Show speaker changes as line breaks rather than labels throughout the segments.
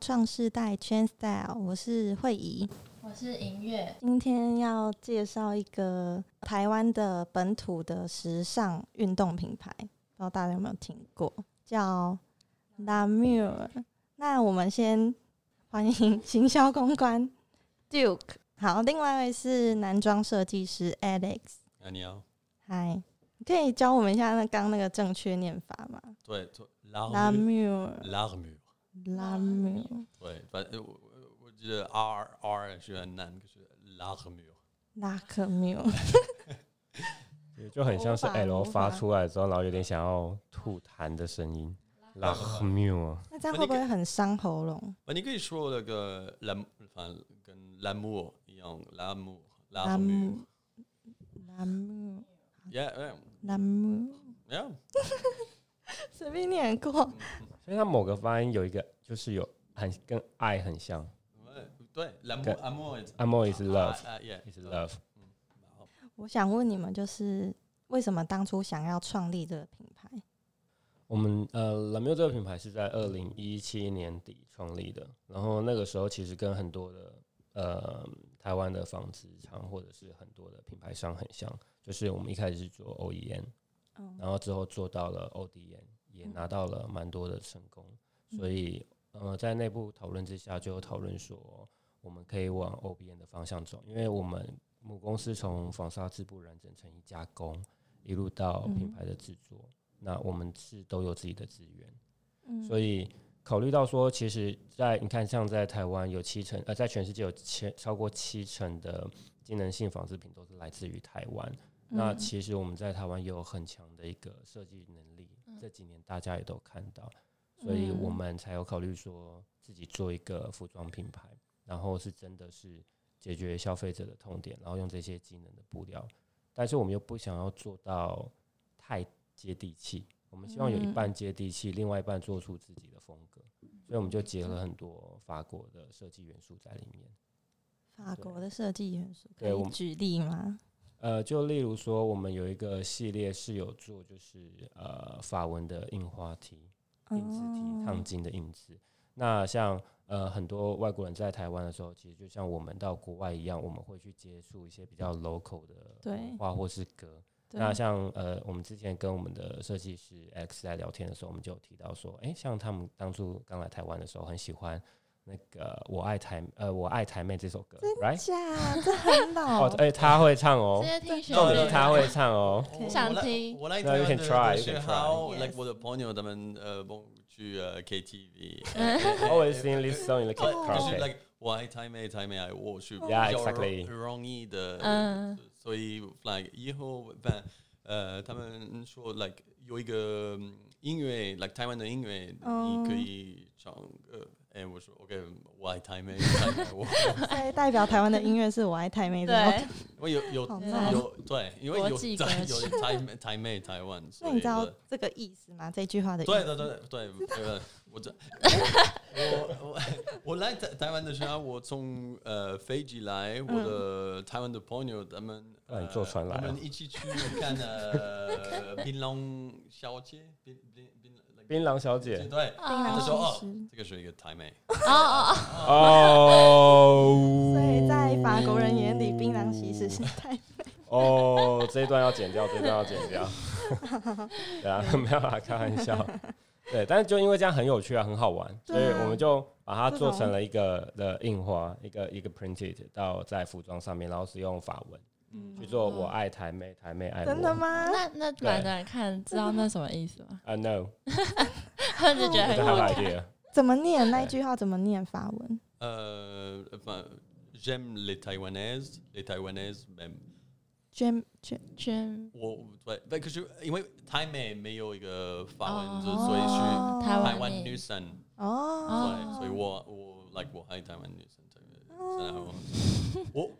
创世代 Chain Style，我是慧怡。
我是音乐，
今天要介绍一个台湾的本土的时尚运动品牌，不知道大家有没有听过，叫 La Mure。那我们先欢迎 行销公关 Duke。好，另外一位是男装设计师 Alex。
啊，你要
嗨，你可以教我们一下那刚那个正确念法吗
对对
？La
，l'arme
Mure。
l'arme，
拉缪，
对，反正我我我记得 R R E, 是很难，可是 l'arme，
拉克缪，
对就很像是
无法
L
无法
发出来之后，然后有点想要吐痰的声音。拉赫缪啊，
那这样会不会很伤喉咙？
那你可以说那个 l'am，反正跟 l'amour 一样，l'amour
拉
l'arme，
缪，拉缪，
yeah
拉缪，
yeah，
随便念过。
所以它某个发音有一个就是有很跟爱很像
对对
对
，l'amour amour is
，amour is love，is
yeah is
Oh, love。
我想问你们，就是为什么当初想要创立这个品牌？
我们呃 l a m u 这个品牌是在二零一七年底创立的，然后那个时候其实跟很多的呃台湾的纺织厂或者是很多的品牌商很像，就是我们一开始是做 E OEM，然
哦
嗯，
后之后做到了 ODN，也拿到了蛮多的成功，所以呃，在内部讨论之下，就有讨论说我们可以往 OBN 的方向走，因为我们母公司从纺纱织布染整成衣加工，一路到品牌的制作，那我们是都有自己的资源，
嗯
所以考虑到说，其实在，你看，像在台湾有七成，呃，在全世界有千超过七成的机能性纺织品都是来自于台湾。那
嗯
其实我们在台湾也有很强的一个设计能力，这几年大家也都看到，所以我
嗯
们才有考虑说自己做一个服装品牌，然后是真的是解决消费者的痛点，然后用这些机能的布料，但是我们又不想要做到太接地气，我们希望有一
嗯
半接地气，另外一半做出自己的风格，所以我们就结合很多法国的设计元素在里面。
法国的设计元素可
对我
以
们
举例吗？
呃，就例如说，我们有一个系列是有做，就是呃法文的印花 T，印字 T 烫
哦
金的印字。那像呃很多外国人在台湾的时候，其实就像我们到国外一样，我们会去接触一些比较 local 的
对
话或是歌。
对
那像呃，我们之前跟我们的设计师 X 在聊天的时候，我们就有提到说，诶，像他们当初刚来台湾的时候，很喜欢那个《我爱台呃我爱台妹》这首歌，right？
假，这很老
哦，诶，他会唱
直
哦，
接听学
到
重
底
点
姐
是他会唱
Oh,
哦。
Okay
想听
我来
No, you
台湾
can
的
try,
的
you
时
can
候
try.
euh, ，like
Yes.
我的朋友他们呃，bon- euh, 去呃 KTV，Oh,
Always sing this song in the
对哦就是
karaoke。
like 我爱台妹，台妹爱我，是比
Oh. Yeah,
较
exactly.
容容易的。
Uh.
嗯
所以 like 以后反呃，他们说 like 有一个嗯音乐，like 台湾的音乐，
嗯
你可以唱歌。哎，我说 OK，我爱台妹，台妹爱 我。
所以代表台湾的音乐是我爱太妹这首
对
歌。，
我有有
好闹
有对，因为有
国际歌
台
曲
有台妹台妹台湾，所
那
以
你知道
我
这个意思吗？这句话的意
对
思？
对对对，呃，我这我我我来台台湾的时候，我从呃飞机来，我的台湾的朋友他们
那你
呃
坐船来
我
啊
们一起去看呃槟榔小姐，槟槟槟
槟榔小姐，
对，
榔
他
小
说哦
其实，
这个是一个台妹，
哦哦哦，
哦，
所以在法国人眼里，槟榔西施是太
哦，这一段要剪掉，这一段要剪 掉。对啊，没有啦，开玩笑。对，但是就因为这样很有趣啊，很好玩，所以
对啊
我们就把它
这
做
种
成了一个的印花，一个一个 printed 到在服装上面，然后是用法文
嗯
去做“我爱台妹，台妹爱
嗯
我”。
真的？吗？
那那买的人看知道那什么意思吗？
啊、no，
他就觉得
这是
很
他
好
的
看，
idea。
怎么念
哎
那一句话？怎么念法文？
呃，反 j'aime les Taiwanaises, les Taiwanaises même。
捐捐
圈
我对，但可是因为台妹没有一个法文，就所以是
哦
台
台
湾
湾
妹
女生。
哦
对，，所以我我 like 我爱台湾女生，这个然后我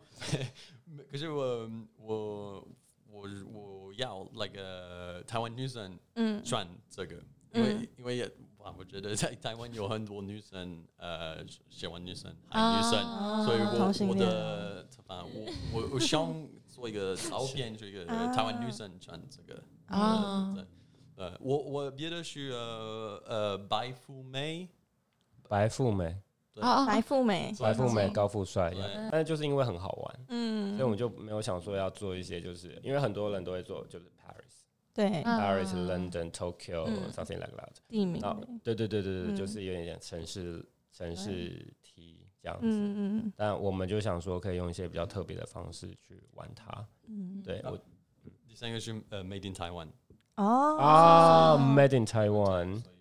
可是我我我我要 like 呃台湾女生
嗯
赚这个，因为因为也哇，我觉得在台湾有很多女生呃喜欢女生爱女生，
哦
所以
嗯同
我
性
我
恋
的啊我我我想做一个照片，这个
啊
台湾女生穿这个
嗯
哦
啊
对呃，我我别的是呃呃白富美。
白富美
对
哦
白
哦，
富美，
白富美、高富帅这
对
样，但是就是因为很好玩，
嗯
所以我们就没有想说要做一些，就是因为很多人都会做，就是 Paris、
对
嗯
Paris、London、Tokyo
嗯
something like that。
地名，
那
嗯
对对对对对，
嗯
就是有点像城市城市题这样子。
嗯嗯
但我们就想说，可以用一些比较特别的方式去玩它。
嗯，
对我
第三个是呃 uh, Made in Taiwan，
哦
啊，Made in Taiwan，
所以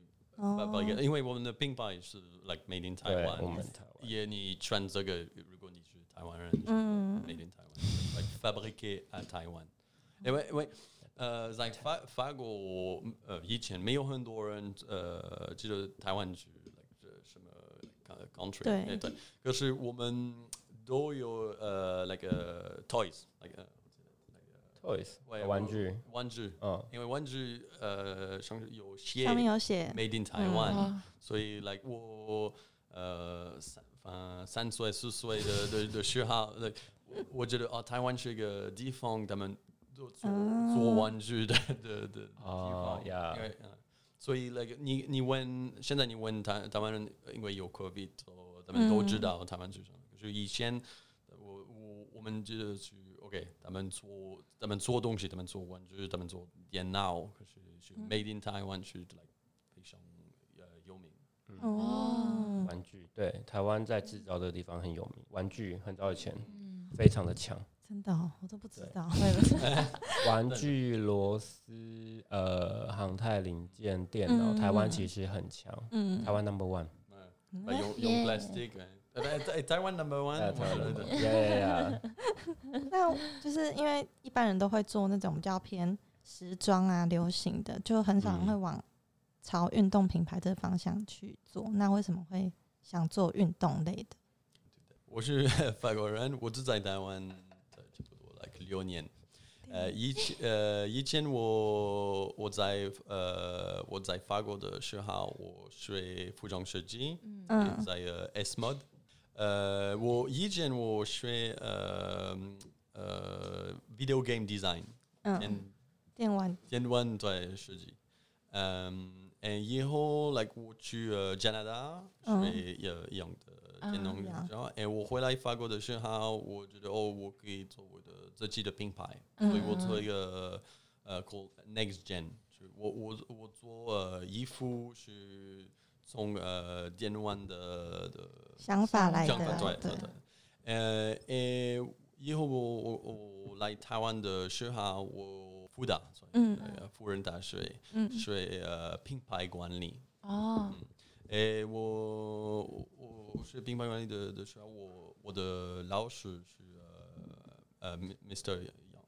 把把一
哦
个，因为我们的品牌是 like Made in
对，我
Taiwan，
们台湾
也你穿这个，如果你是台湾人，
嗯
made in Taiwan，like fabriqué à Taiwan。因为因为呃，在法法国呃以前没有很多人呃，就是台湾去 like 呃什么 co- country
对
呃对，可是我们都有呃 like 呃 toys，like 呃
toys
喂
玩具，
玩具，
嗯，
因为玩具呃上有写
上面有写，
made in Taiwan，、
哦
所以 like 我呃三呃三岁四岁的的的学好，like 我我觉得哦，台湾是一个地方，他们做做
啊
做玩具的的的地
哦
方，
呀
因，为呃所以 like 你你问现在你问台台湾人，因为有 COVID，哦他们都知
嗯
道台湾是什么，就以前。我我我们就是去 OK，他们做他们做东西，他们做玩具，他们做电脑，可是是 Made in Taiwan 是 like 非常呃有名。
哦，
玩具，对，台湾在制造这个地方很有名，玩具很早以前
嗯，
非常的强，
真的哦，我都不知道，
对不起，
玩具、螺丝、呃，航太零件、电脑，
嗯
台湾其实很强，
嗯
台湾 number one，
Ouais.
嗯
Bah, Young,
Yeah.
Young Plastic. ouais. Eh ben, Ta- Taiwan number one.
在
ouais,
台湾 number
ouais,
one，耶，
那就是因为一般人都会做那种比较偏时装啊、流行的，就很少人
嗯
会往朝运动品牌这方向去做。那为什么会想做运动类的？
我是 法国人，我住在台湾呃差不多 like 六年。呃，以前呃以前我我在呃我在法国的时候，我学服装设计，也
嗯
在呃 S Mod。呃，我以前我学呃呃 video game design，
嗯，
and
电玩
电玩对设计。嗯，呃以后 like 我去呃加拿大
嗯
学也一样的电动
啊呀
然后哎我回来法国的时候，我觉得哦，我可以做我的自己的品牌，
嗯
所以我做一个呃 call next gen，就我我我做呃衣服是从呃电玩的的
想法
像
来
想
的
法对
啊，
对对。呃诶，以后我我我来台湾的时候，啊我辅导，所以
嗯
呃辅仁大学
嗯
学呃品牌管理。
哦，
诶，我我我是品牌管理的的时候，啊我我的老师是呃呃 Mr. Yang，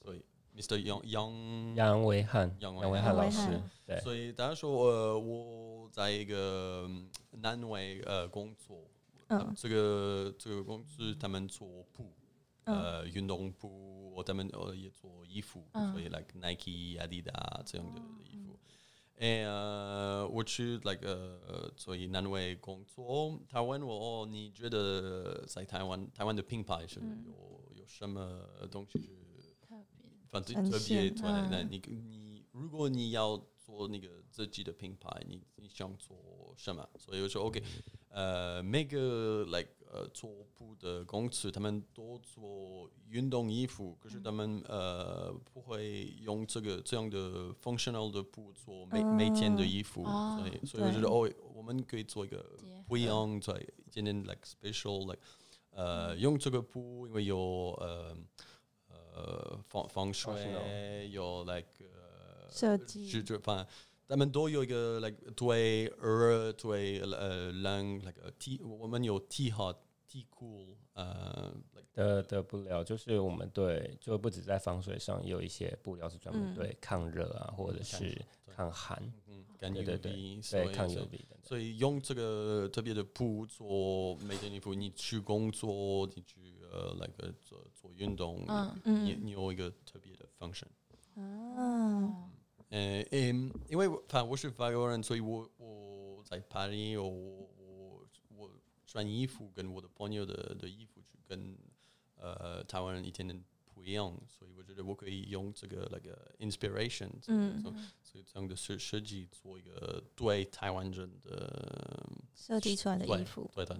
所以 Mr. Yang Yang
杨维汉，
杨维
杨维
汉
汉老
杨维
师
汉，
对，
所以他说呃我在一个嗯南威呃工作，
嗯
这个这个公司他们做布，
嗯
呃，运动布，我他们呃也做衣服，
嗯
所以 like Nike、Adidas 这
哦
样的衣服。
嗯
诶、呃我去 like 呃，所以南威工作，台湾我、哦、你觉得在台湾台湾的品牌是有、
嗯
有什么东西是反正
呈
特别
现
对，那
嗯
你你如果你要做那个自己的品牌，你你想做什么？所以我说 OK，呃，每个 like 呃做布的公司，他们都做运动衣服，可是他们呃不会用这个这样的 functional 的布做每、每天的衣服，
哦
所以所以我觉得
对
哦，我们可以做一个不一样，在今天 like special like 呃用这个布，因为有呃。呃防防水
Functional
有 like 呃
设
是
计，
就反正他们都有一个 like 对耳对呃冷 like 呃 T 我们有 T hot T cool 呃 like
的的布料，就是我们对，就不止在防水上，也有一些布料是专门
嗯
对抗热啊，或者是
对
抗寒，
嗯干
对对对
UV 所
对，
以
抗
所以
UV 等等。
所以用这个特别的布做每件衣服，你去工作，你去呃 like 呃做做运动，
嗯
你
嗯
你有一个特别的 function。
啊，
哦
呃，嗯，因为我反正我是法国人，所以我我在巴黎，我我我我穿衣服跟我的朋友的的衣服去跟呃台湾人一点点不一样，所以我觉得我可以用这个那个 inspiration，
嗯
所以这样的设设计做一个对台湾人的
设计出来的衣服。
对对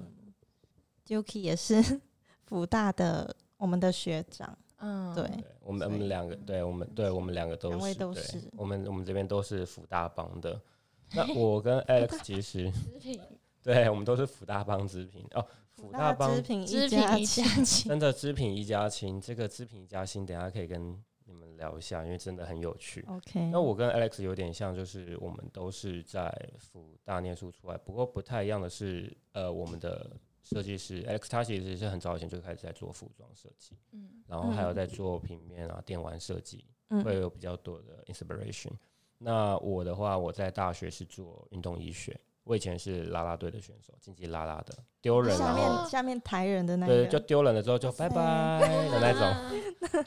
对，
Duki 也是 福大的我们的学长，
嗯，
对，
对我们
所
我
以
们两个，对我们对我们两个都
两位
是，
都
对
是
我们我们这边都是福大 帮的。那我跟 Alex 其实
织品
对我们都是福大帮织品哦，福大帮
织品
织
一
品
家
一家
亲，
亲，
真的织品一家亲，这个织品一家亲，等一下可以跟你们聊一下，因为真的很有趣。
OK，
那我跟 Alex 有点像，就是我们都是在辅大念书出来，不过不太一样的是，呃，我们的设计师 Alex 他其实是很早以前就开始在做服装设计，
嗯
然后还有
嗯
在做平面啊、电玩设计，会
嗯
有比较多的 inspiration。那我的话，我在大学是做运动医学，我以前是啦啦队的选手，竞技啦啦的，丢人
下
然后
面下面抬人的那
对，
个，
就丢人了之后就
塞
拜拜的 那种。
啊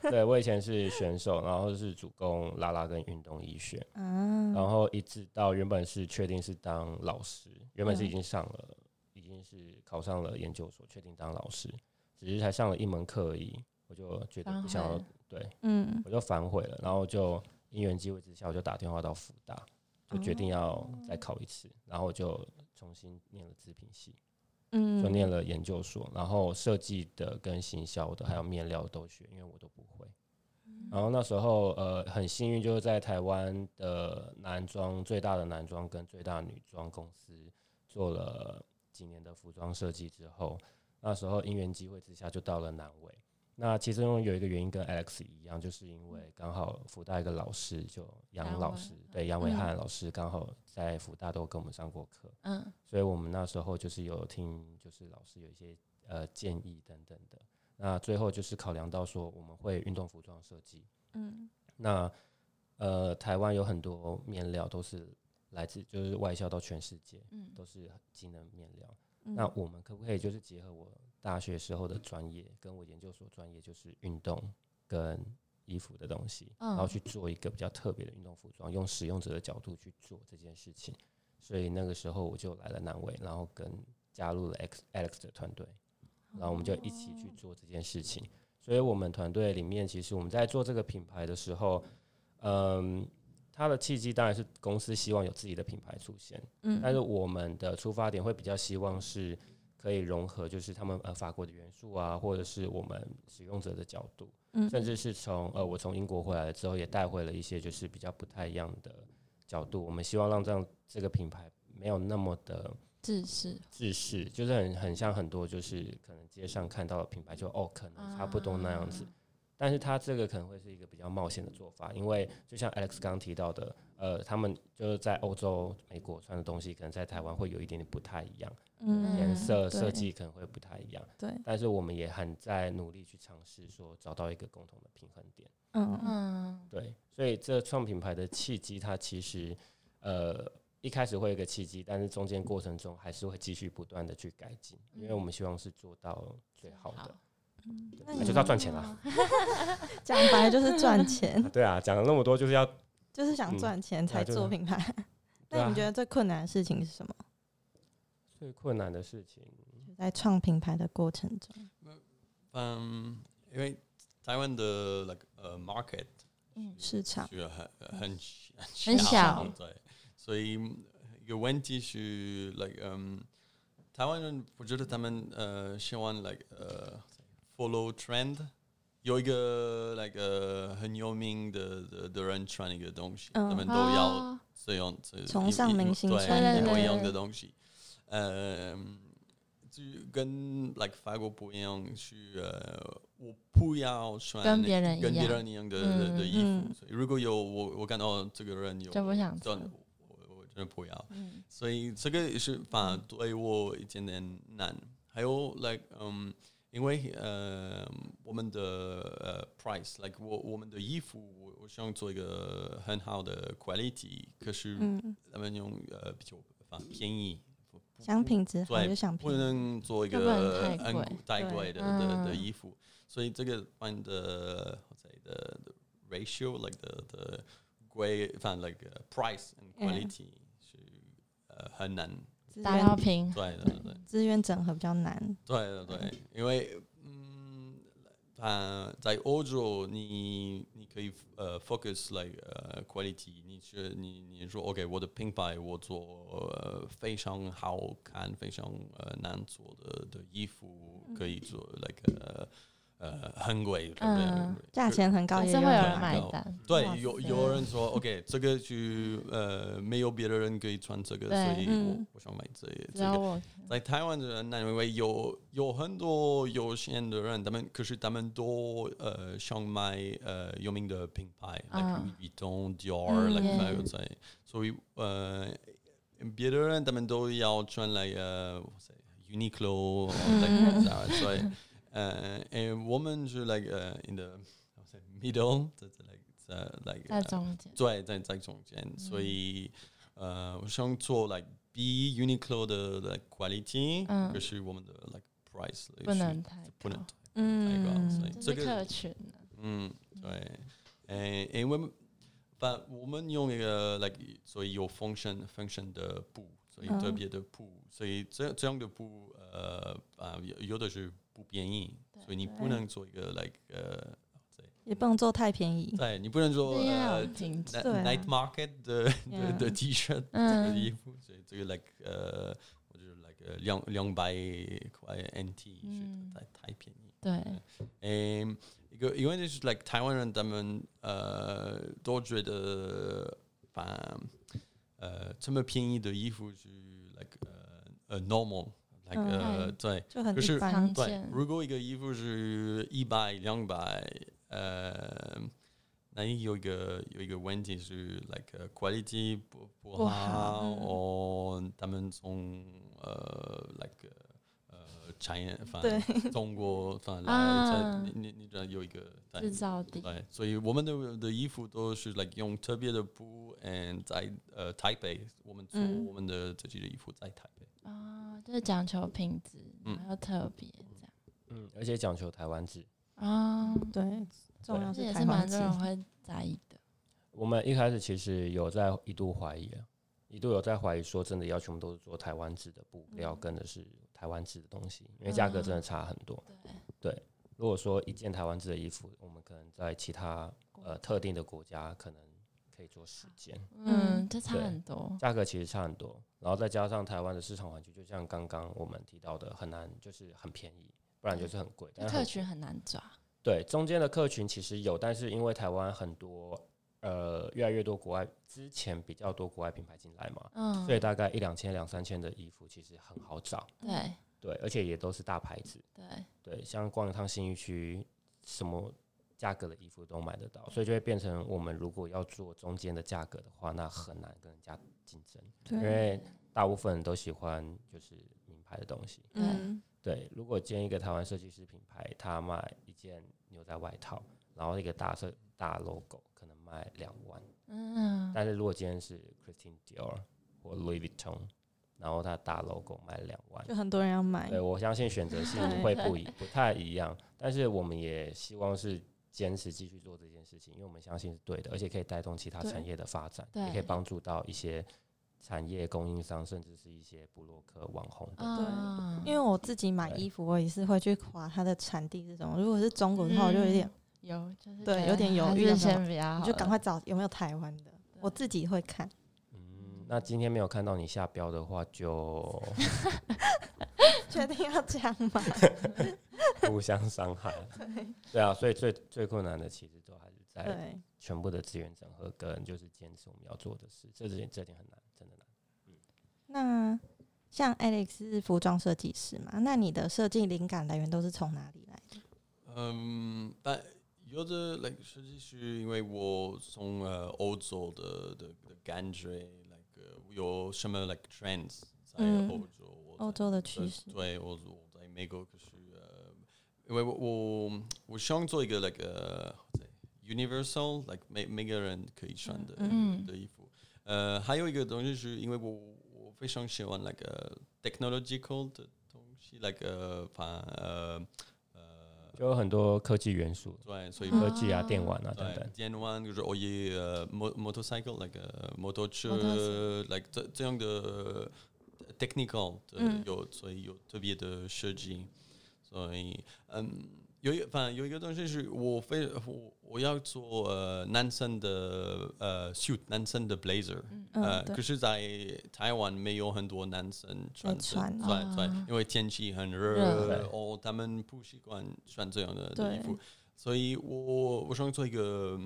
对我以前是选手，然后是主攻啦啦跟运动医学，
啊，
然后一直到原本是确定是当老师，原
嗯
本是已经上了，已经是考上了研究所，确定当老师，只是才上了一门课而已，我就觉得
反
不想要
悔，
对
嗯
我就反悔了，然后就因缘机会之下，我就打电话到福大，就决定要再考一次，然后就重新念了织品系，
嗯，
就念了研究所，然后设计的跟行销的还有面料都学，因为我都不会。
嗯
然后那时候呃很幸运，就是在台湾的男装最大的男装跟最大的女装公司做了几年的服装设计之后，那时候因缘机会之下就到了南伟。那其中有一个原因跟 Alex 一样，就是因为刚好福大一个老师就杨
杨
老
伟
师，对杨伟
嗯
汉老师刚好在福大都跟我们上过课，
嗯
所以我们那时候就是有听，就是老师有一些呃建议等等的。那最后就是考量到说我们会运动服装设计，
嗯
那呃台湾有很多面料都是来自就是外销到全世界，
嗯
都是机能面料。
嗯
那我们可不可以就是结合我大学时候的专业跟我研究所专业，就是运动跟衣服的东西，然后
嗯
去做一个比较特别的运动服装，用使用者的角度去做这件事情。所以那个时候我就来了南伟，然后跟加入了 X Alex 的团队，然后我们就一起去做这件事情。所以我们团队里面，其实我们在做这个品牌的时候，嗯，它的契机当然是公司希望有自己的品牌出现，
嗯
但是我们的出发点会比较希望是可以融合，就是他们呃法国的元素啊，或者是我们使用者的角度，
嗯
甚至是从呃我从英国回来了之后，也带回了一些就是比较不太一样的角度。我们希望让这样这个品牌没有那么的
自是
制式，就是很很像很多就是可能街上看到的品牌就哦，可能差不多那样
啊
子。但是它这个可能会是一个比较冒险的做法，因为就像 Alex 刚刚提到的，呃，他们就是在欧洲、美国穿的东西，可能在台湾会有一点点不太一样，
嗯
颜色
对
设计可能会不太一样。
对，
但是我们也很在努力去尝试说找到一个共同的平衡点。
嗯
嗯
对，所以这创品牌的契机，它其实呃一开始会有一个契机，但是中间过程中还是会继续不断的去改进，因为我们希望是做到最好的，对
那
那
你
嗯就是要赚钱啦。
讲白就是赚钱，
对啊，讲了那么多就是要
就是想
嗯
赚钱才
啊就是
做品牌。
对
那
啊
你觉得最困难的事情是什么？
最困难的事情，
在创品牌的过程中，
嗯，因为台湾的 like 呃 market
嗯
市场
需要很很很
很小
对，所以有问题是 like 嗯，台湾人我觉得他们呃希望 like 呃 follow trend，有一个 like 呃很有名的的的人穿一个东西，
嗯
他们都要
啊
这样子
崇尚明星
对
穿
的
一模一样
对
的东西，呃，就跟 like 法国不一样，去呃，我不要穿
跟别人一
跟别
样
人一样的的的衣
嗯
服，所以如果有我我看到这个人有
就不想
这样
穿，
我我真的不要，
嗯
所以这个也是反对我一点点难，还有 like 嗯。因为呃，我们的呃 price，like 我我们的衣服，我我想做一个很好的 quality，可是
嗯，
他们用呃比较反正便宜，不不
想品质好
对
就想
不
品，
能做一
要不然
个
太
很
贵
古太
对
贵的的的
嗯
衣服，所以这个 find the what's say the the ratio like the the 贵 find like uh, price and
Yeah.
quality 是呃很难，
资
达到
源
啊
平衡，
对对对
资源整合比较难。
对对对，因为嗯它在欧洲你你可以呃 focus like 呃 quality，你是你你说 OK 我的品牌我做、呃、非常好看非常呃难做的的衣服
嗯
可以做 like 呃呃很贵，对不对
嗯
价钱很高，
还
也
是会
有
有
人
人买
买
单。哇
对，有
塞
有人说 OK 这个去呃没有别的人可以穿这个，
对
所以我
嗯
我想买这
只
这
要
个。
我
在台湾的人那因为有有很多有钱的人，他们可是他们都呃想买呃有名的品牌，like
啊
Louis Vuitton、Dior，
嗯
like
嗯
还有在，所以呃别的人他们都要穿 like 呃我说 Uniqlo，or like
嗯
Zara，所以 呃呃我们是 like 呃 in the 我说 middle，这这 like 在 like
在
呃
中间，
对，在在中间，所以呃，我想做 like B Uniqlo 的 like quality，、
嗯
可是我们的 like price 也
不
是
能太
不能
高
太高，所以
嗯，
这
这
是客
个
群啊
嗯对，诶、因为把我们用一个 like 所以有 function function 的布，所以特
嗯
别的布，所以这这样的布呃啊有有的是不便宜，所以你不
对
能做一个 like 呃。
也不能做太便 宜，
对，哎你不能说
这样
呃
很精致。
对啊
night market 的的的
Yeah
T 恤的衣
嗯，
服，所以这个 like 呃，我就是 like 呃两两百块 NT
嗯
是太太便宜。
对，
嗯，一个因为就是 like 台湾人他们呃都觉得把呃这么便宜的衣服是 like 呃呃 normal like
嗯
呃对，
就很
可是
一般
常。
对
见，
如果一个衣服是一百、两百，呃，那你有一个有一个问题是，like 呃 quality 不不
不
好，
嗯
好
哦，他们从呃 like 呃 China 反
对，
中国反来，在
啊
你你你知道有一个
制
对
造地
对，所以我们的的衣服都是 like 用特别的布，and 在呃台北，我们做
嗯
我们的自己的衣服在台北，
啊，就是讲求品质，
哎嗯
然后特别这样
嗯，而且讲求台湾制。
啊，
对，重要
这
是
也
台
是
湾
蛮
制
多。人会在意的。
我们一开始其实有在一度怀疑啊，一度有在怀疑说，真的要全部都是做台湾制的布料，跟的是台湾制的东西，因为价格真的差很多。对，如果说一件台湾制的衣服，我们可能在其他呃特定的国家可能可以做十件，
嗯，就差
对
很多。
价格其实差很多。然后再加上台湾的市场环境，就像刚刚我们提到的，很难就是很便宜，不然就是很贵。
就
但
客
很
群很难抓，
对，中间的客群其实有，但是因为台湾很多呃越来越多国外之前比较多国外品牌进来嘛，
嗯，
所以大概一两千、两三千的衣服其实很好找，
对
对，而且也都是大牌子，
对，
对，像逛一趟新义区，什么价格的衣服都买得到，所以就会变成我们如果要做中间的价格的话，那很难跟人家竞争，因
对，
为大部分人都喜欢就是名牌的东西，
嗯，
对，如果今天一个台湾设计师品牌，他卖一件牛仔外套，然后一个大设大 logo 可能卖两万，
嗯，
但是如果今天是 Christian Dior 或 Louis Vuitton，然后它大 logo 卖两万，
就很多人要买
对，我相信选择性会不一不太一样，但是我们也希望是坚持继续做这件事情，因为我们相信是对的，而且可以带动其他
对
产业的发展，也可以
对
帮助到一些产业供应商，甚至是一些部落客网红
嗯
等等。
啊，
因为我自己买
对
衣服，我也是会去划它的产地这种。如果是中国的话，我就有点，
有就是
对
觉得
有点犹
还
豫
是
要不要
先不嗯要
你
好了，
就赶快找有没有台湾的。我自己会看，
嗯，那今天没有看到你下标的话，就
确定要这样吗？
互相伤害。对啊，所以最最困难的其实都还是在
对，
全部的资源整合跟就是坚持我们要做的事，这点这点很难，真的难。
那像 Alex 是服装设计师嘛，那你的设计灵感来源都是从哪里来的？
嗯，但有的 like 设计师，因为我从呃欧洲的的的感觉，like 呃有什么 like trends 在
嗯
欧洲，我在
欧洲的
对
趋势，
对，我我在美国可是呃，因为我我我想做一个 like 呃 universal like 每每个人可以穿的
嗯
的衣服。呃，还有一个东西是因为我我非常喜欢 like 呃 technological 的东西，like 呃把呃呃
就有很多科技元素，
对，所以
嗯
科技啊、
啊
电玩啊等
对
等，。
电玩就是哦耶，呃，mo- euh, motorcycle like 呃摩托车
Motorcycle
like 这这样的 euh, technical 的
嗯
euh, 有所以有特别的设计，所以嗯，有一个，反正有一个东西是我非我我要做呃男生的呃 euh, suit，男生的 blazer，、呃
嗯，，
可
对，
是，在台湾没有很多男生穿这
穿
对对
啊，
因为天气很
热
热，哦，他们不习惯穿这样的的
对
衣服，所以我我想做一个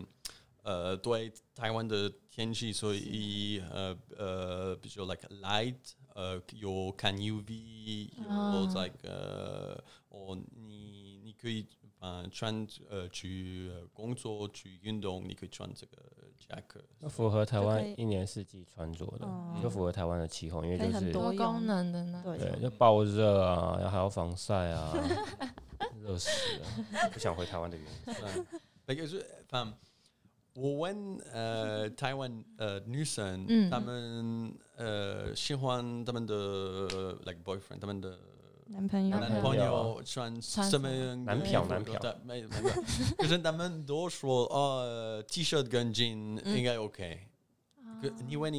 呃，对台湾的天气，所以呃呃，比如说 like light，呃，有看 UV，有
啊
like 呃，哦，你你可以呃穿呃去呃工作去运动，你可以穿这个 jacket。
那符合台
就可以
湾一年四季穿着的，
哦
就符合台湾的气候，因为
可以
就
很
是
多
多
功
用
能的呢，
对
对，就暴热啊，然后还要防晒啊，热死了，不想回台湾的原因。
like it's um, well when uh Taiwan uh Nusan
嗯。
Taman uh Shihuan Taman the like boyfriend Taman the
男朋友
男朋友穿什么？
男票，男票。
男朋友穿什么可是他们都说哦，T shirt 跟 jean
嗯。哦
啊应该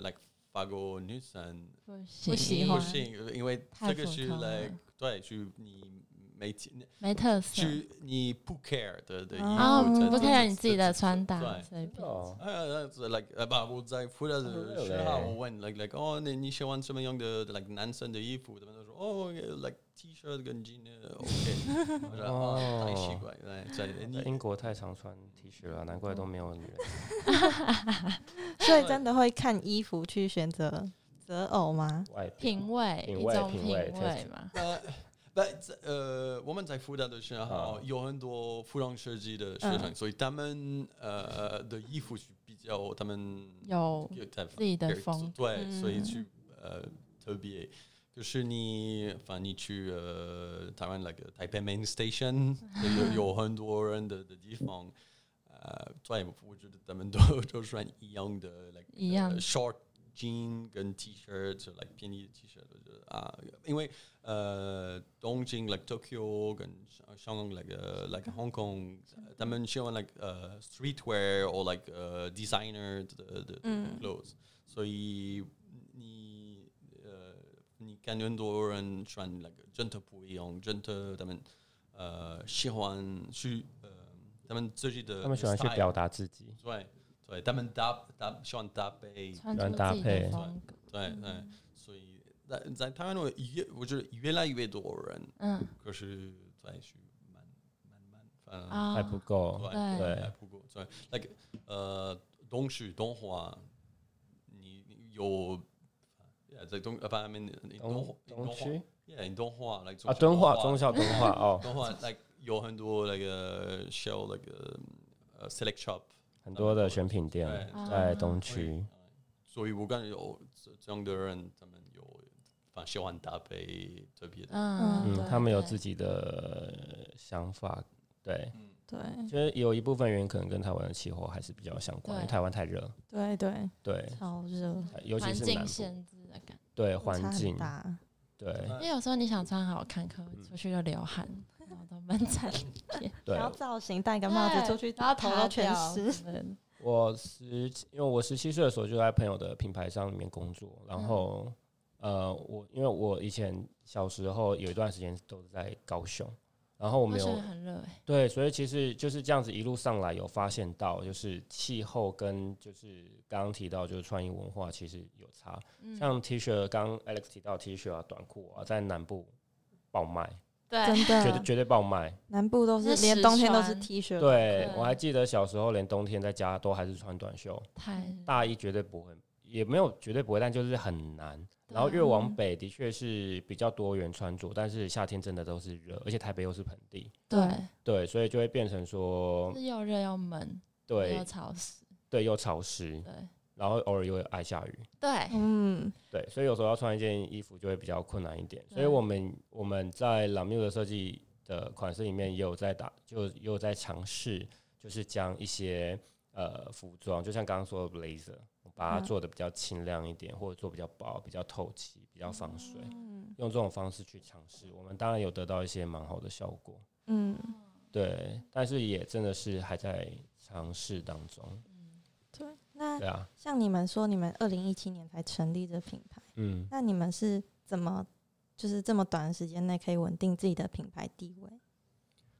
like 法国女生
不
不
喜
喜
欢
欢，
不行，因为这个是
太普通了。
like 对，去你每天
没特色
去你不 care 的的衣服，
啊，
哦
这
这
不
这
care 你自己的穿
对
搭，随便。
哦，
呃，like 呃不，我在辅导的时候，我问 like like 哦，你你喜欢什么样的 like 男生的衣服？他们都说哦，like T 恤跟 jean 呃 OK，我说哦，太奇怪了，在
在
你
英国太常穿 T 恤了，啊难怪都没有女人。
所以真的会看衣服去选择择偶吗？
外
品味，
品
一
味
种
品
品
味
味嘛。
呃不呃，我们在辅导的时候
啊
有很多服装设计的学生，所以他们呃的衣服是比较他们
有
有在
自己的
对
风
对，所以
嗯
去呃特别，就是你反正你去呃台湾那个台北 Main Station 有有很多人的的地方，呃，对，我觉得他们都都穿一样的，like
一样
呃 short jean 跟 T 恤，就 like 便宜的 T 恤，我觉得啊，因为呃东京 uh, like Tokyo 跟香香港 like 呃 like Hong Kong，呃他们喜欢 like 呃 streetwear or like 呃 designer 的的的
嗯
clothes，所以你呃你看很多人穿 like 真的不一样，真的他们呃喜欢去呃他们自己的
他们喜欢去
style
表达自己，
对对，他们搭搭喜欢搭配，
穿
喜欢
出
搭
自己
配
的风格，
对对，所以在在台湾我越我觉得越来越多人，
嗯
可是再去慢慢慢反正
啊
还，不够。
呃对
对
对
不过对，like 呃东区东华，你你有。Yeah, 在东呃不，I mean 你东华
东
你
东
东华
区
，Yeah，你东华，like
啊，
中
敦化
华
中校敦化 哦，
东华，like 有很多那个 show 那个呃 select shop，
很多的选品店
啊
对
在东区。
所以我感觉有这这样的人，他们有反喜欢搭配特别的，
嗯
嗯
嗯，
对
他们有
对
自己的呃想法，对，
对
其实有一部分原因可能跟台湾的气候还是比较相关，因为
对嗯
台湾太热，
对对，
对，
超热，
尤其
环
是南
境
部，
限制的感觉。
对
落差
环
很
境，
大，
对
因为有时候你想穿好看，可出去就流汗，
嗯
然后都闷惨。
对
然。后造型戴个帽子出去，
然后
头都全湿。
湿。
我十，因为我十七岁的时候就在朋友的品牌商里面工作，然后、呃，我因为我以前小时候有一段时间都是在高雄，然后我
我
没
觉
有
得很热哎，
对，所以其实就是这样子一路上来，有发现到就是气候跟就是刚刚提到就是穿衣文化其实有差，
嗯
像 T 恤，刚刚 Alex 提到 T 恤啊、短裤啊，在南部爆卖，
对，
真
绝对
的，
绝对爆卖。
南部都是
那
连
实
冬天都是
穿
T 恤，
嗯对
对
我还记得小时候，连冬天在家都还是穿短袖，
太
大衣绝对不会，也没有绝对不会，但就是很难。
啊
然后越往北的确是比较多元穿着，但是夏天真的都是热，而且台北又是盆地，
对，
对，所以就会变成说
是，又热又闷，又
对
潮湿，
对，又潮湿，
对
然后偶尔又爱下雨。
对，
嗯，
对，所以有时候要穿一件衣服就会比较困难一点。
对
所以我们我们在 l a m u 的设计的款式里面也有在打，就也有在尝试，就是将一些呃服装，就像刚刚说的 blazer，把
嗯
它做的比较清亮一点，或者做比较薄、比较透气、比较防水，
嗯
用这种方式去尝试。我们当然有得到一些蛮好的效果，
嗯，
对，但是也真的是还在尝试当中。
对。那
对啊，
像你们说，你们二零一七年才成立这品牌，
嗯。
那你们是怎么就是这么短的时间内可以稳定自己的品牌地位？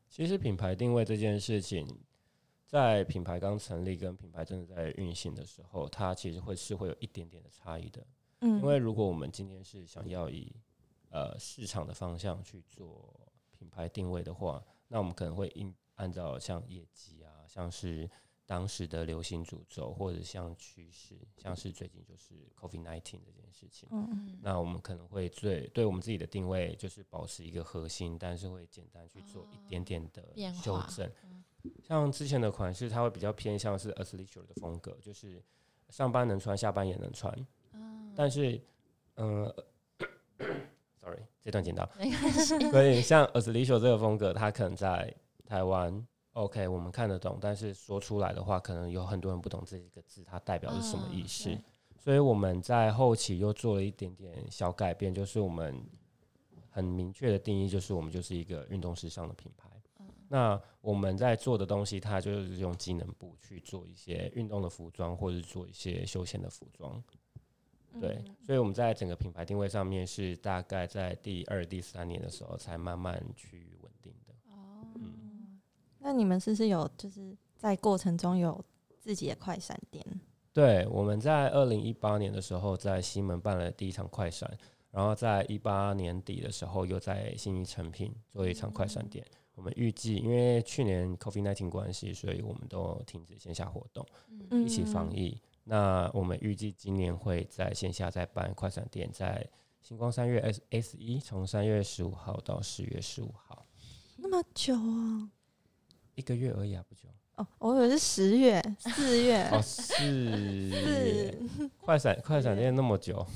其实品牌定位这件事情，在品牌刚成立跟品牌真的在运行的时候，它其实会是会有一点点的差异的。
嗯，
因为如果我们今天是想要以呃市场的方向去做品牌定位的话，那我们可能会应按照像业绩啊，像是当时的流行主轴，或者像趋势，像是最近就是 COVID nineteen 这件事情。
嗯
那我们可能会最对我们自己的定位就是保持一个核心，但是会简单去做一点点的
哦变
修
化
正
嗯。
像之前的款式，它会比较偏向是 athleisure 的风格，就是上班能穿，下班也能穿。但
嗯
是，嗯、s o r r y 这段剪刀。
没关系，
所以像 athleisure 这个风格，它可能在台湾 OK 我们看得懂，但是说出来的话，可能有很多人不懂这个字它代表是什么意
嗯
思。
对
所以我们在后期又做了一点点小改变，就是我们很明确的定义，就是我们就是一个运动时尚的品牌。
嗯
那我们在做的东西，它就是用机能部去做一些运动的服装，或者是做一些休闲的服装。
嗯
嗯
对，所以我们在整个品牌定位上面是大概在第二、第三年的时候才慢慢去稳定的。
哦，
那你们是不是有就是在过程中有自己的快闪店？
对，我们在二零一八年的时候在西门办了第一场快闪，然后在一八年底的时候又在信义成品做一场快闪店。我们预计，因为去年 COVID nineteen 关系，所以我们都停止线下活动，
嗯
嗯
一起防疫。那我们预计今年会在线下再办快闪店，在星光三月 S S 一，从三月十五号到十月十五号，
嗯那么久啊！
一个月而已啊，不久。
哦，我以为是十月、四 月，
哦，是
是
快闪快闪店那么久。
啊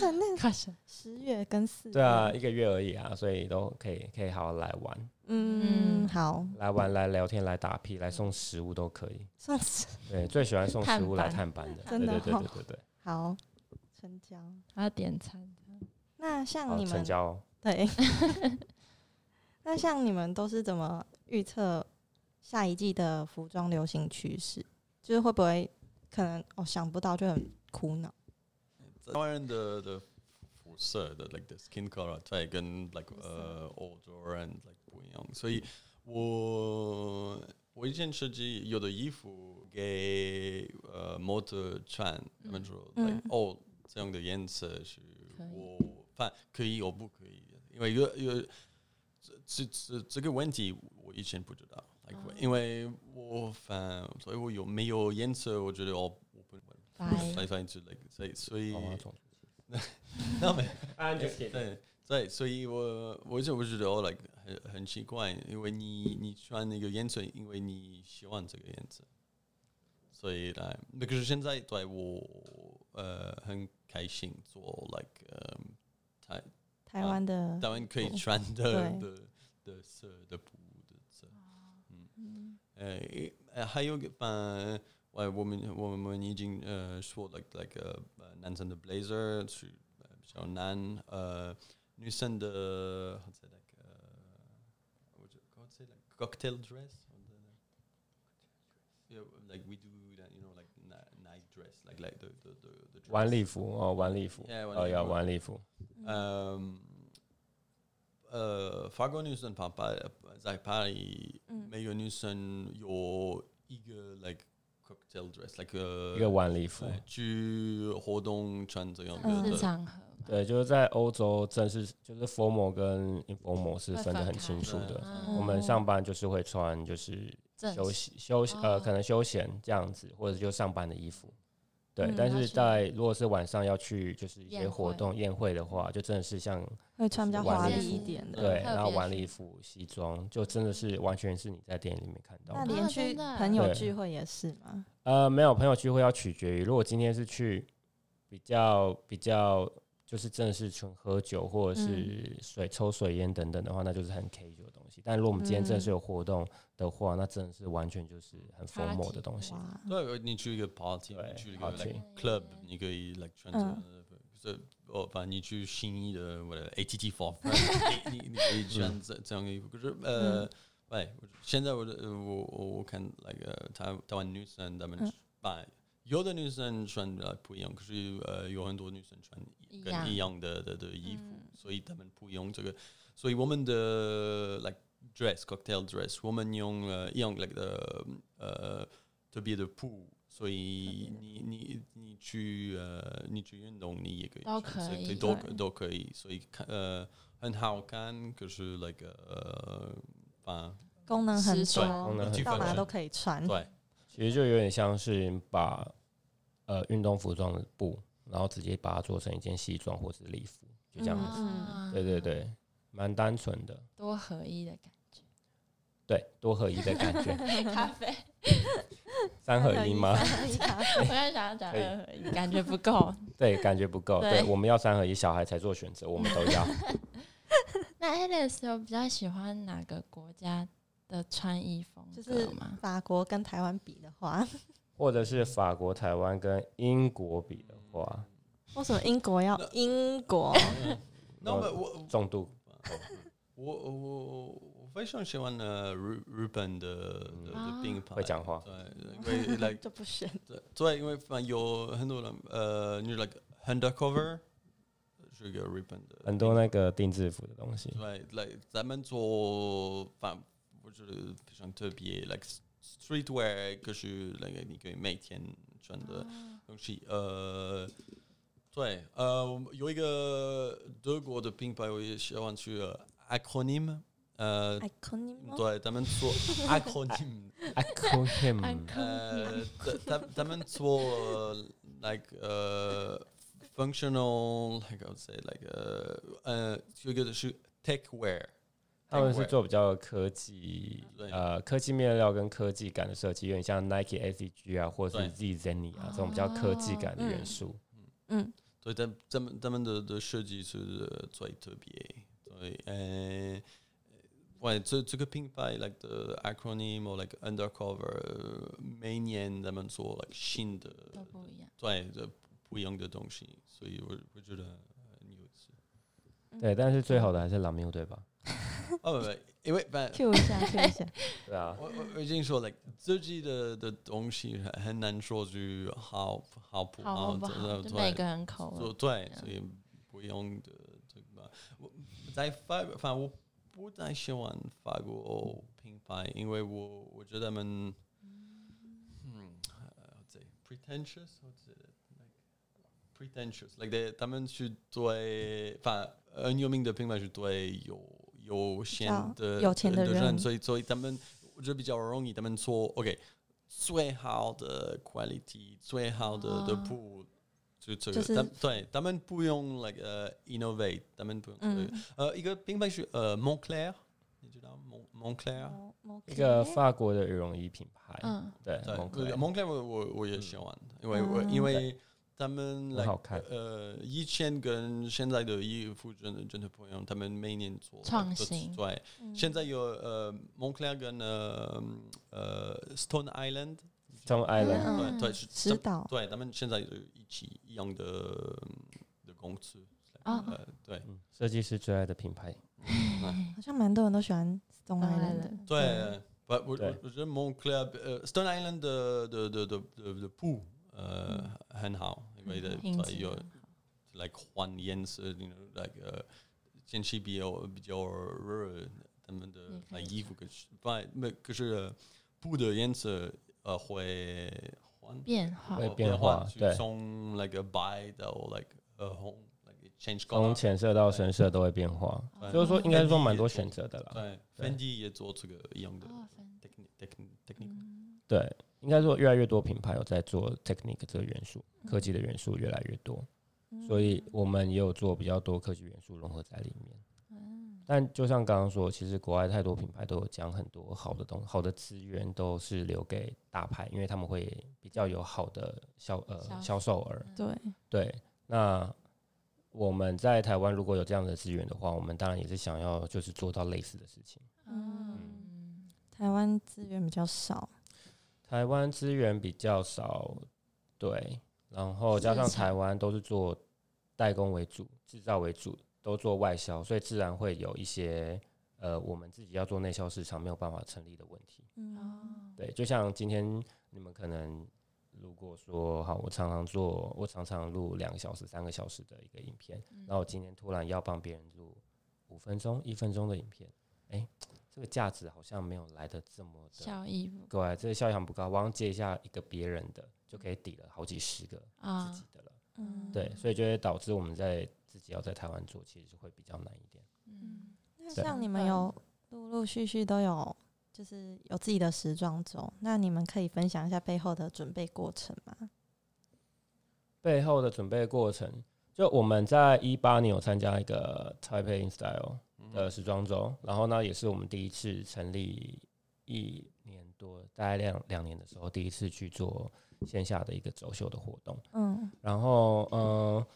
真的
快闪，
十月跟四月。
对啊，一个月而已啊，所以都可以可以好好来玩，
嗯，
嗯
好，
来玩来聊天来打屁来送食物都可以。
上次
对，最喜欢送食物来探
探
班的，对
真的
对对
哦
对对对。
好，成交。
还要点餐，
那像
好，
你
成
们
交哦。
对， 那像你们都是怎么预测下一季的服装流行趋势？就是会不会可能哦想不到就很苦恼？
Wearing the the for sir the like the skin color tag and like uh older and like 不一样，所以我我以前设计有的衣服给呃模特穿，他们说 like oh,
嗯
哦这样的颜色是
可以
我反可以我不可以，因为有有这这这这个问题我以前不知道，like
哦
因为我反所以我有没有颜色，我觉得哦我不能。
拜，
来来之类的，所以所以
好啊，总
那没
安
对对，所以我我就我觉得哦，like 很很奇怪，因为你你穿那个颜色，因为你喜欢这个颜色，所以来，那可是现在对我呃很开心做 like 呃台
台湾的
台湾可以穿的的的色的布的色，
嗯
呃呃还有个呃。呃，我们我们已经呃说了，like uh, 呃呃男生的 blazer uh, 是呃比较难，呃女生的 how's it like 呃，what you- what's it like cocktail dress or the like yeah like we do that you know like ni- night dress like like the the the, the dress.
晚礼服哦，晚礼服
Yeah，晚
哦，
礼
要
服
晚礼服。
嗯，呃，法国女生怕巴在巴黎，
嗯
每个女生有一个 like cocktail dress，like 呃
一个晚礼服。
对去活动穿这样
嗯
的
是
的，
场合嘛，
对，就是在欧洲正式，就是 formal 跟 informal 是
会
分得
分
很
开
清楚
对
的。
嗯
我们上班就是会穿，就是
正
休
式
息休息呃，
哦
可能休闲这样子，或者就上班的衣服。对，
嗯
但
要
是
去
在如果是晚上要去就是一些
宴
活
会
动宴会的话，就真的是像
会穿比较
晚
华
礼
丽一
服
点的，
对，
嗯特
然后
别
晚
是
礼服、西装，就真的是完全是你在电影里面看到
那
的。
连
啊
去
真的
朋友
对
聚会也是吗？
呃，没有朋友聚会要取决于，如果今天是去比较比较，就是真的是纯喝酒或者
嗯
是水、抽水烟等等的话，那就是很 casual 的东西。但如果我们今天真的是
嗯
有活动的话，那真的是完全就是很 formal 的
Party
东西。
哇，
对，你去一个 party，
对
你去一个
party
like club，你可以 like 穿这
嗯
样的，这哦，把你去新一的我的 ATT for friends，你你 你可以穿这这样的衣服，可是呃
嗯，
对，我现在我的呃我我我看 like 呃台台湾女生她们
嗯
把有的女生穿的不一样，可是呃有很多女生穿
一
跟
样
一样的的的衣服
嗯，
所以她们不用这个，所以我们的 like dress, cocktail dress. We hebben jong, eh, jong like de, eh te bieden poe. So je niet, niet, niet je, eh, niet je jundong niet je kunt.
都
所
可
以
以
都
对
都可以，所以看呃很好看，可是 like 呃，把
功能很
时
多
装，
功能很
到哪
多
都可以穿。
对
其实就有点像是把呃运动服装的布，然后直接把它做成一件西装或是礼服，就这样子。
嗯
对对，对，蛮单纯的，
多合一的感
对，多合一的感 觉，
觉。咖啡，
三合一吗？
三合一咖啡
我刚想要讲二合一，感觉不够。
对，感觉不够。
对
对，我们要三合一，小孩才做选择，我们都要。
那 Alice 有比较喜欢哪个国家的穿衣风
就是
格吗？
法国跟台湾比的话，
或者是法国、台湾跟英国比的话，
为什么英国要英国？
那么我
重度
我我我我非常喜欢呃日日本的的的
啊
品牌，
会讲话，
对，因为 like
就不选
对对，因为反正有很多人呃，你 like undercover 是一个日本的
很多那个定制服的东西，
对，like 咱们做反，我觉得非常特别，like streetwear，可是那个你可以每天穿的
哦
东西。呃，对，呃，我们有一个德国的品牌，我也喜欢去呃 acronym，呃，
iconic 吗？
对，咱们做 acronym，
I call him
呃，咱咱咱们做呃 uh, like 呃 functional，like I would say like uh, 呃呃，这个是 techwear。
他们是做比较科技
对，
呃，科技面料跟科技感的设计，有点像 Nike ACG 啊，或者是 Z Zenny 啊这种比较科技感的元素。
嗯，
对，咱咱们咱们的的设计是呃最特别，对，呃，喂，这这个品牌，like the acronym or like undercover，每年咱们做 like 新的，
都不一样。
对，这不一样的东西，所以我我觉得很有意思。
嗯
对，但是最好的还是 l a m u 对吧？
哦，不不，因为反
Q 一 下，Q 一下，
对啊，
我我我已经说，like 自己的的东西很很难说是好好不
好
好，
或不好，
对
就每个人
啊
口
做
味。
对，
这
所以不用的这个。我在法，反正我不太喜欢法
嗯
国品牌，因为我我觉得他们，嗯，呃，I'd say pretentious，或者 like pretentious，like they 他们是对，反正很有名的品牌是对有有钱的
有钱的
的
人
所以所以他们我觉得比较容易，他们做 OK。最好的 quality，最好的、的
啊
布，就这个，
就是
他对他们不用 like 呃、innovate，他 Euh, 们不用、
嗯，
呃一个品牌是呃 euh, Montclair，你知道 Mon Montclair？、
哦
一个法国的羽绒衣品牌，
嗯，
对
对
Moncler
呃，Montclair Euh, 我我我也喜欢，因为我、
嗯
因为他们
很
like euh,
好看
呃以前跟现在的衣服真的真的不一样，他们每年做
创
都是
新
对，
嗯 Mm.
现在有呃 euh, Montclair 跟呃呃 Stone Island，
，Stone Island，
嗯
对对是
石岛
对，他们现在有一起一样的嗯的公司。
哦
呃，对
嗯设计师最爱的品牌，
嗯
好像蛮多人都喜欢 Stone
Stone
Island，的
Island
对，我我
对
我觉得 Montclair 呃 Stone Island 的的的的的的布呃很好，因为的
品
它
质
有
嗯很
like 换颜色，you know，like 呃天气比较比较热，他们的
也可
like
以
衣服可是不没可是呃布的颜色呃会换哦
变化
会。变化
去
对
从 like a白到 like a home like it change
从
color。
浅色到深色都会变化，
对
就是说应该说蛮多
Fendi 也
选择的啦。
对，Fendi 也做这个一样的
哦分嗯
technique technique technique。
对，应该说越来越多品牌有在做 technique 这个元素，科技的元素越来越多，
嗯
所以我们也有做比较多科技元素融合在里面。
嗯
但就像刚刚说，其实国外太多品牌都有将很多好的东好的资源都是留给大牌，因为他们会比较有好的销
销
呃销售额。
对，
对，那我们在台湾如果有这样的资源的话，我们当然也是想要就是做到类似的事情。
嗯，
台湾资源比较少，
台湾资源比较少，对，然后加上
市场
台湾都是做代工为主、制造为主，都做外销，所以自然会有一些呃我们自己要做内销市场没有办法成立的问题。
嗯，
哦，
对，就像今天你们可能如果说好，我常常做，我常常录两个小时、三个小时的一个影
嗯
片，然后我今天突然要帮别人录五分钟、一分钟的影片，哎、这个价值好像没有来的这么的
效益不
对，这个效益很不高。我好像接一下一个别人的，就可以抵了好几十个自
啊
己，的了。
嗯，
对，所以就会导致我们在自己要在台湾做，其实会比较难一点。
嗯，
那
对
像你们有陆陆续续都有，就是有自己的时装周，那你们可以分享一下背后的准备过程吗？
背后的准备过程，就我们在一八年有参加一个 Taipei In Style 的时装周，然后呢，也是我们第一次成立一年多，大概两两年的时候，第一次去做线下的一个走秀的活动。
嗯
然后，呃，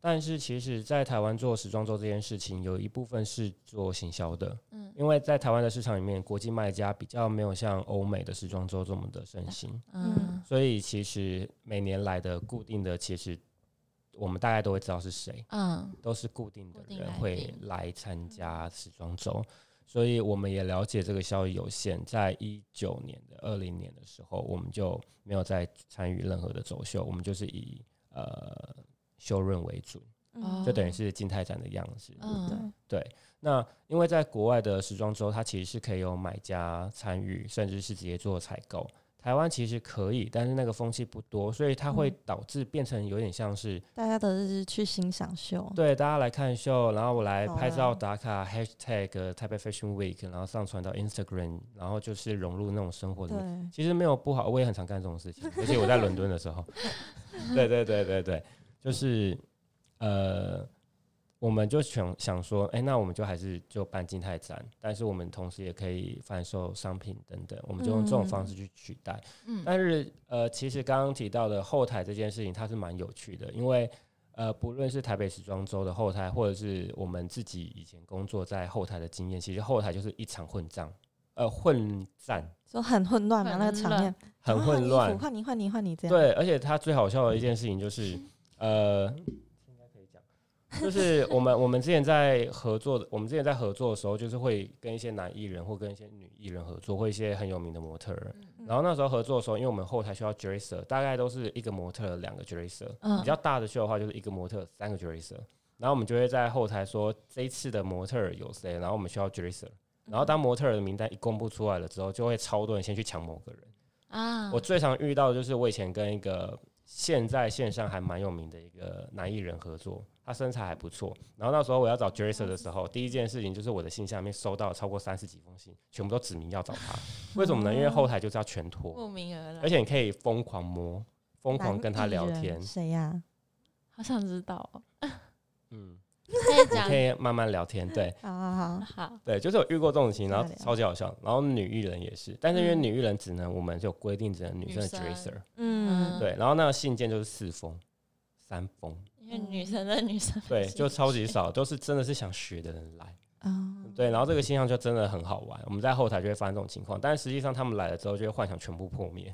但是其实，在台湾做时装周这件事情，有一部分是做行销的，
嗯
因为在台湾的市场里面，国际卖家比较没有像欧美的时装周这么的盛行。
嗯
所以其实每年来的固定的，其实我们大概都会知道是谁，
嗯
都是固定的
固定
人
来宾
会来参加时装周，所以我们也了解这个效益有限。在一九年的、二零年的时候，我们就没有再参与任何的走秀，我们就是以呃修润为主，
嗯
哦
就等于是静态展的样子。
哦
嗯，
那因为在国外的时装周，它其实是可以有买家参与，甚至是直接做采购。台湾其实可以，但是那个风气不多，所以它会
嗯
导致变成有点像是、
大家都是去欣赏秀，
对大家来看秀，然后我来
好
拍照
啊
打卡，#hashtag 呃台北 Fashion Week，然后上传到 Instagram，然后就是融入那种生活里面。
对，
其实没有不好，我也很常干这种事情，而且我在伦敦的时候，对对对对对，就是呃，我们就想想说，哎、那我们就还是就办静态展，但是我们同时也可以贩售商品等等，我们就用这种方式去取代。
嗯
但是呃，其实刚刚提到的后台这件事情，它是蛮有趣的，因为。呃，不论是台北时装周的后台，或者是我们自己以前工作在后台的经验，其实后台就是一场混战，呃，混战
说很混乱嘛，
很
那个场面
很
啊
混
换
乱
衣服，换你换你换你这样，嗯
对，而且他最好笑的一件事情就是，呃，应该可以讲，就是我们我们之前在合作的，我们之前在合作的时候，就是会跟一些男艺人或跟一些女艺人合作，或一些很有名的模特儿。
嗯
然后那时候合作的时候，因为我们后台需要 dresser，大概都是一个模特儿两个 dresser，
嗯
比较大的秀的话就是一个模特儿三个 dresser。然后我们就会在后台说这一次的模特儿有谁，然后我们需要 dresser。然后当模特儿的名单一公布出来了之后，就会超多人先去抢某个人。
啊，
我最常遇到的就是我以前跟一个现在线上还蛮有名的一个男艺人合作，他身材还不错。然后那时候我要
哦
找 Dresser 的时候，第一件事情就是我的信箱里面收到超过三十几封信，全部都指名要找他。为什么呢？因为后台就是要全
慕
脱，
名而来，
而且你可以疯狂摸，疯
男艺人，
狂跟他聊天。
谁呀？
好想知道 哦，
嗯，
可以
你可
讲
以慢慢聊天，对。
好好好，
好，
对，就是有遇过这种情形，然后
真的
超级好笑。然后女艺人也是，但是因为
嗯
女艺人只能我们就规定只能女生的
女生
dresser，
嗯，
对。然后那个信件就是四封、三封，
因为女生的女生
嗯对，就超级少，都是真的是想学的人来。
哦，
对，然后这个现象就真的很好玩。我们在后台就会发生这种情况，但实际上他们来了之后，就会幻想全部破灭，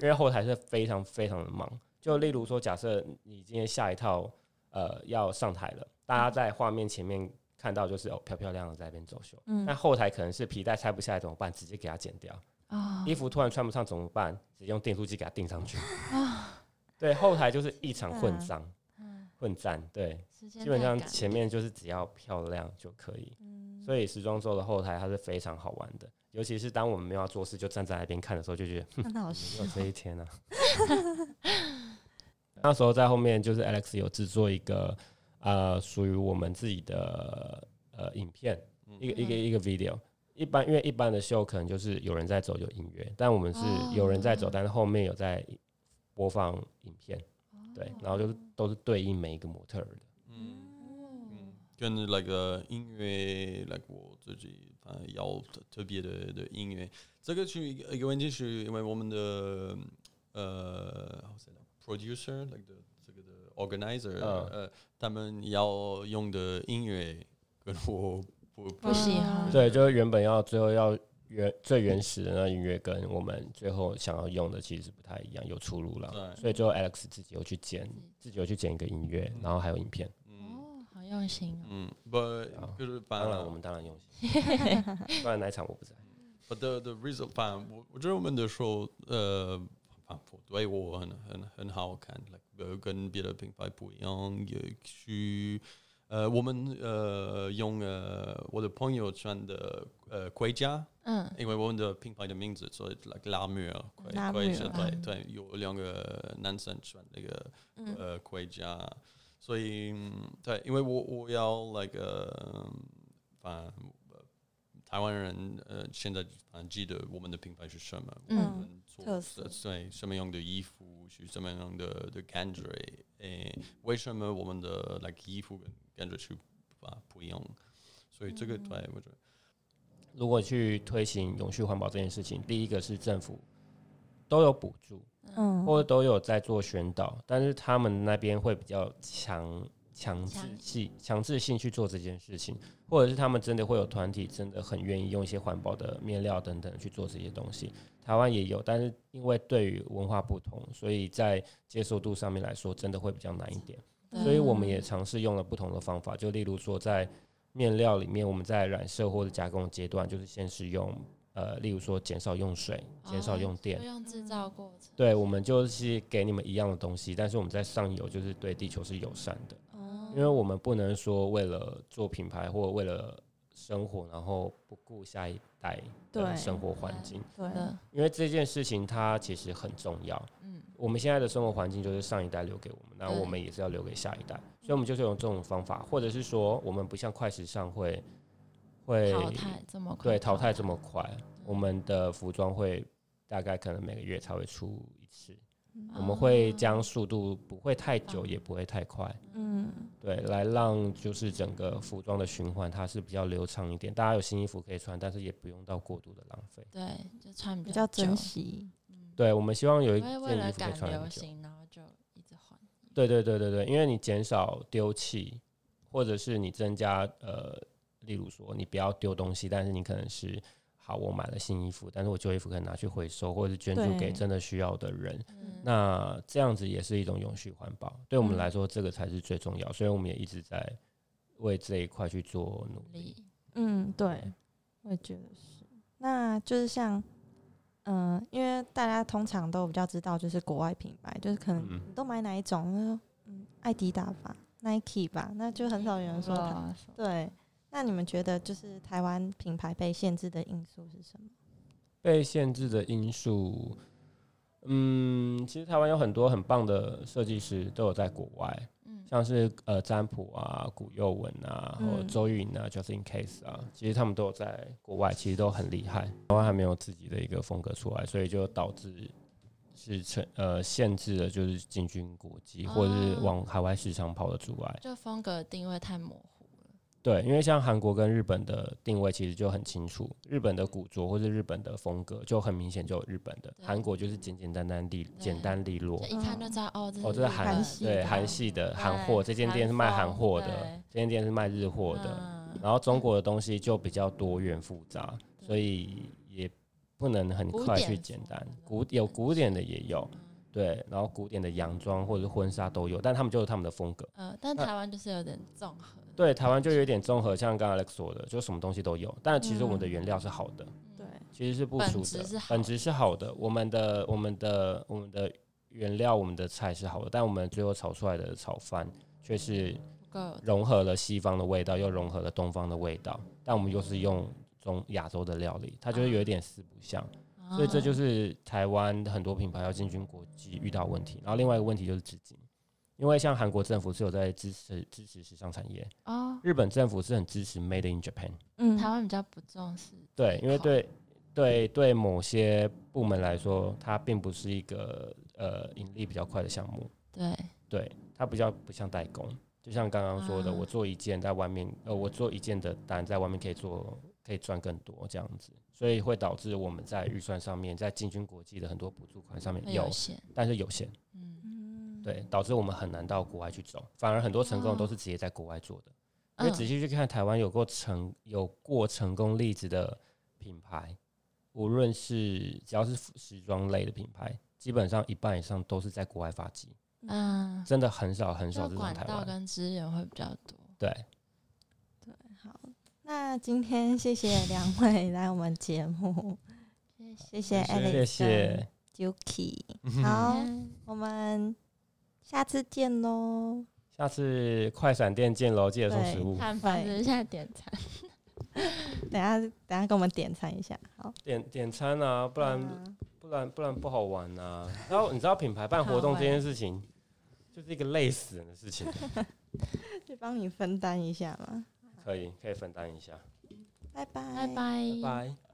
因为后台是非常非常的忙。就例如说，假设你今天下一套呃要上台了，大家在画面前面看到就是哦漂漂亮亮在那边走秀，
嗯
那后台可能是皮带拆不下来怎么办？直接给它剪掉。
啊
衣服突然穿不上怎么办？直接用订书机给它订上去。对，后台就是一场混
天
战，
嗯，
混战对。
时间
基本
太
上
赶
前面就是只要漂亮就可以。
嗯
所以时装周的后台它是非常好玩的，尤其是当我们没有要做事就站在那边看的时候，就觉得哼
很好
没
笑
有，这一天啊。那时候在后面就是 Alex 有制作一个呃属于我们自己的呃影片，
嗯
嗯
一个一个一个 video。一般因为一般的秀可能就是有人在走有音乐，但我们是有人在走，
哦
但是后面有在播放影片， 对，然后就是都是对应每一个模特儿的。
哦
嗯，跟那个呃音乐，like 我自己呃要特特别的的音乐，这个是一个一个问题，是因为我们的呃，how say that? producer like the 这个的 organizer，、
嗯
呃，他们要用的音乐跟我不
不喜
啊
欢，
对，就是原本要最后要原最原始的那音乐跟我们最后想要用的其实不太一样，有出入了。
对，
所以最后 Alex 自己有去剪，自己有去剪一个音乐，然后还有影片。
嗯
哦，好用心哦，
嗯，but
好
就是
当
当
然，我们当然用心，不然哪一场我不在。
But the the result，反正我我觉得我们的 show，呃，uh, 反正对我很很很好看，like, 呃跟别的品牌不一样，也许呃，我们呃用呃我的朋友穿的呃盔甲，
嗯
因为我们的品牌的名字，所以 like 拉姆尔盔
拉
盔
穆
甲，
尔
对
嗯
对，有两个男生穿那个
嗯
呃盔甲，所以嗯对，因为我我要 like 呃，反正呃台湾人呃现在反正记得我们的品牌是什么，我
嗯
们做
特
的
色
对什么样的衣服是什么样的的感觉，诶，为什么我们的 like 衣服跟感觉是啊不一样，所以这个
嗯
对我觉得
如果去推行永续环保这件事情，第一个是政府都有补助，
嗯
或者都有在做宣导，但是他们那边会比较强强制
强
性强制性去做这件事情，或者是他们真的会有团体真的很愿意用一些环保的面料等等去做这些东西。台湾也有，但是因为对于文化不同，所以在接受度上面来说，真的会比较难一点。
对
所以我们也尝试用了不同的方法，就例如说在面料里面，我们在染色或者加工的阶段，就是先是用呃，例如说减少用水，减少
哦
用电
就，用制
嗯
造过程，
对，我们就是给你们一样的东西，但是我们在上游就是对地球是友善的，
嗯
因为我们不能说为了做品牌或为了生活，然后不顾下一代的
对
生活环境，
对
的，
因为这件事情它其实很重要。
嗯
我们现在的生活环境就是上一代留给我们，那
对
我们也是要留给下一代，所以我们就是用这种方法，或者是说我们不像快时尚会会
淘汰这么快，
对淘汰这么快，我们的服装会大概可能每个月才会出一次。我们会将速度不会太久，
哦
也不会太快，
嗯
对，来让就是整个服装的循环它是比较流畅一点。大家有新衣服可以穿，但是也不用到过度的浪费。
对，就穿比
比较
久
珍，惜，
嗯，
对，我们希望有一
不会为
件
了
衣服可以
赶
穿
流
很久。
行，然后就一直换，
对对对对对，因为你减少丢弃，或者是你增加呃，例如说你不要丢东西，但是你可能是好，我买了新衣服，但是我旧衣服可能拿去回收，或者是捐助给
对
真的需要的人。
嗯，
那这样子也是一种永续环保，对我们
嗯
来说，这个才是最重要，所以我们也一直在为这一块去做努力。
力，
嗯，对，我也觉得是。那就是像，嗯、因为大家通常都比较知道，就是国外品牌，就是可能
嗯
你都买哪一种，那就嗯，爱迪达吧，Nike 吧，那就很少有
嗯
人说它。
哇
对，那你们觉得就是台湾品牌被限制的因素是什么？
被限制的因素，嗯，其实台湾有很多很棒的设计师都有在国外，
嗯
像是呃占卜啊、古佑文啊、
嗯
或者周韵啊、Justin Case 啊，其实他们都有在国外，其实都很厉害。台湾还没有自己的一个风格出来，所以就导致是成呃限制了，就是进军国际、或者是
哦
往海外市场跑的阻碍。
就风格定位太模糊了，
对，因为像韩国跟日本的定位其实就很清楚，日本的古着或是日本的风格就很明显就有日本的，
对
韩国就是简简单单利简单利落
就。一看就知道哦，这是
哦，这是
日
韩
本
嗯系
对
的
韩系的韩
对
货，这间店是卖韩货的
韩风，
这间店是卖日货的，
嗯
然后中国的东西就比较多元复杂，
对
所以也不能很快去简单。古
古典风
有古典的也有，
嗯
对，然后古典的洋装或者是婚纱都有，但他们就有他们的风格。
呃，但
那
台湾就是有点综合，
对，台湾就有点综合，像刚刚 Alex 说的，就什么东西都有，但其实我们的
嗯
原料是好的，
对，
其实是不
本
输
质是
的，
好
本
的
质是好的。我们的我们的我们的原料，我们的菜是好的，但我们最后炒出来的炒饭却是
不够
融合了西方的味道，又融合了东方的味道，但我们又是用中亚洲的料理，它就是有一点四不像，
啊
所以这就是台湾很多品牌要进军国际遇到的问题。然后另外一个问题就是资金，因为像韩国政府是有在支持支持时尚产业，
哦，
日本政府是很支持 Made in Japan，
嗯
台湾比较不重视，
对，因为对对对某些部门来说，它并不是一个呃盈利比较快的项目，
对，
对，它比较不像代工，就像刚刚说的，
啊
我做一件在外面，呃，我做一件的单在外面可以做，可以赚更多这样子，所以会导致我们在预算上面，在进军国际的很多补助款上面
会
有，
有限，
但是有限，
嗯，
嗯，
对，导致我们很难到国外去走，反而很多成功的都是直接在国外做的。因为
嗯
仔细去看台湾有过成有过成功例子的品牌，无论是只要是服时装类的品牌，基本上一半以上都是在国外发迹，
嗯，
真的很少很少
就
这种
管
台
道
湾。
跟资源会比较多，
对，
好，那今天谢谢两位来我们节目，
谢
谢
谢。
谢
谢
Alex，
谢谢，嗯
嗯
嗯
Juki，好，我们下次见喽，
下次快闪店见喽，记得送食
对
物。
看房子现在点餐，
等一下等一下给我们点餐一下，好，
点点餐啊，不然、
嗯
不然不然不好玩啊。然后你知道品牌办活动这件事情，就是一个累死人的事 情，
就 帮你分担一下嘛，
可以可以分担一下。
拜拜，
拜拜
拜拜。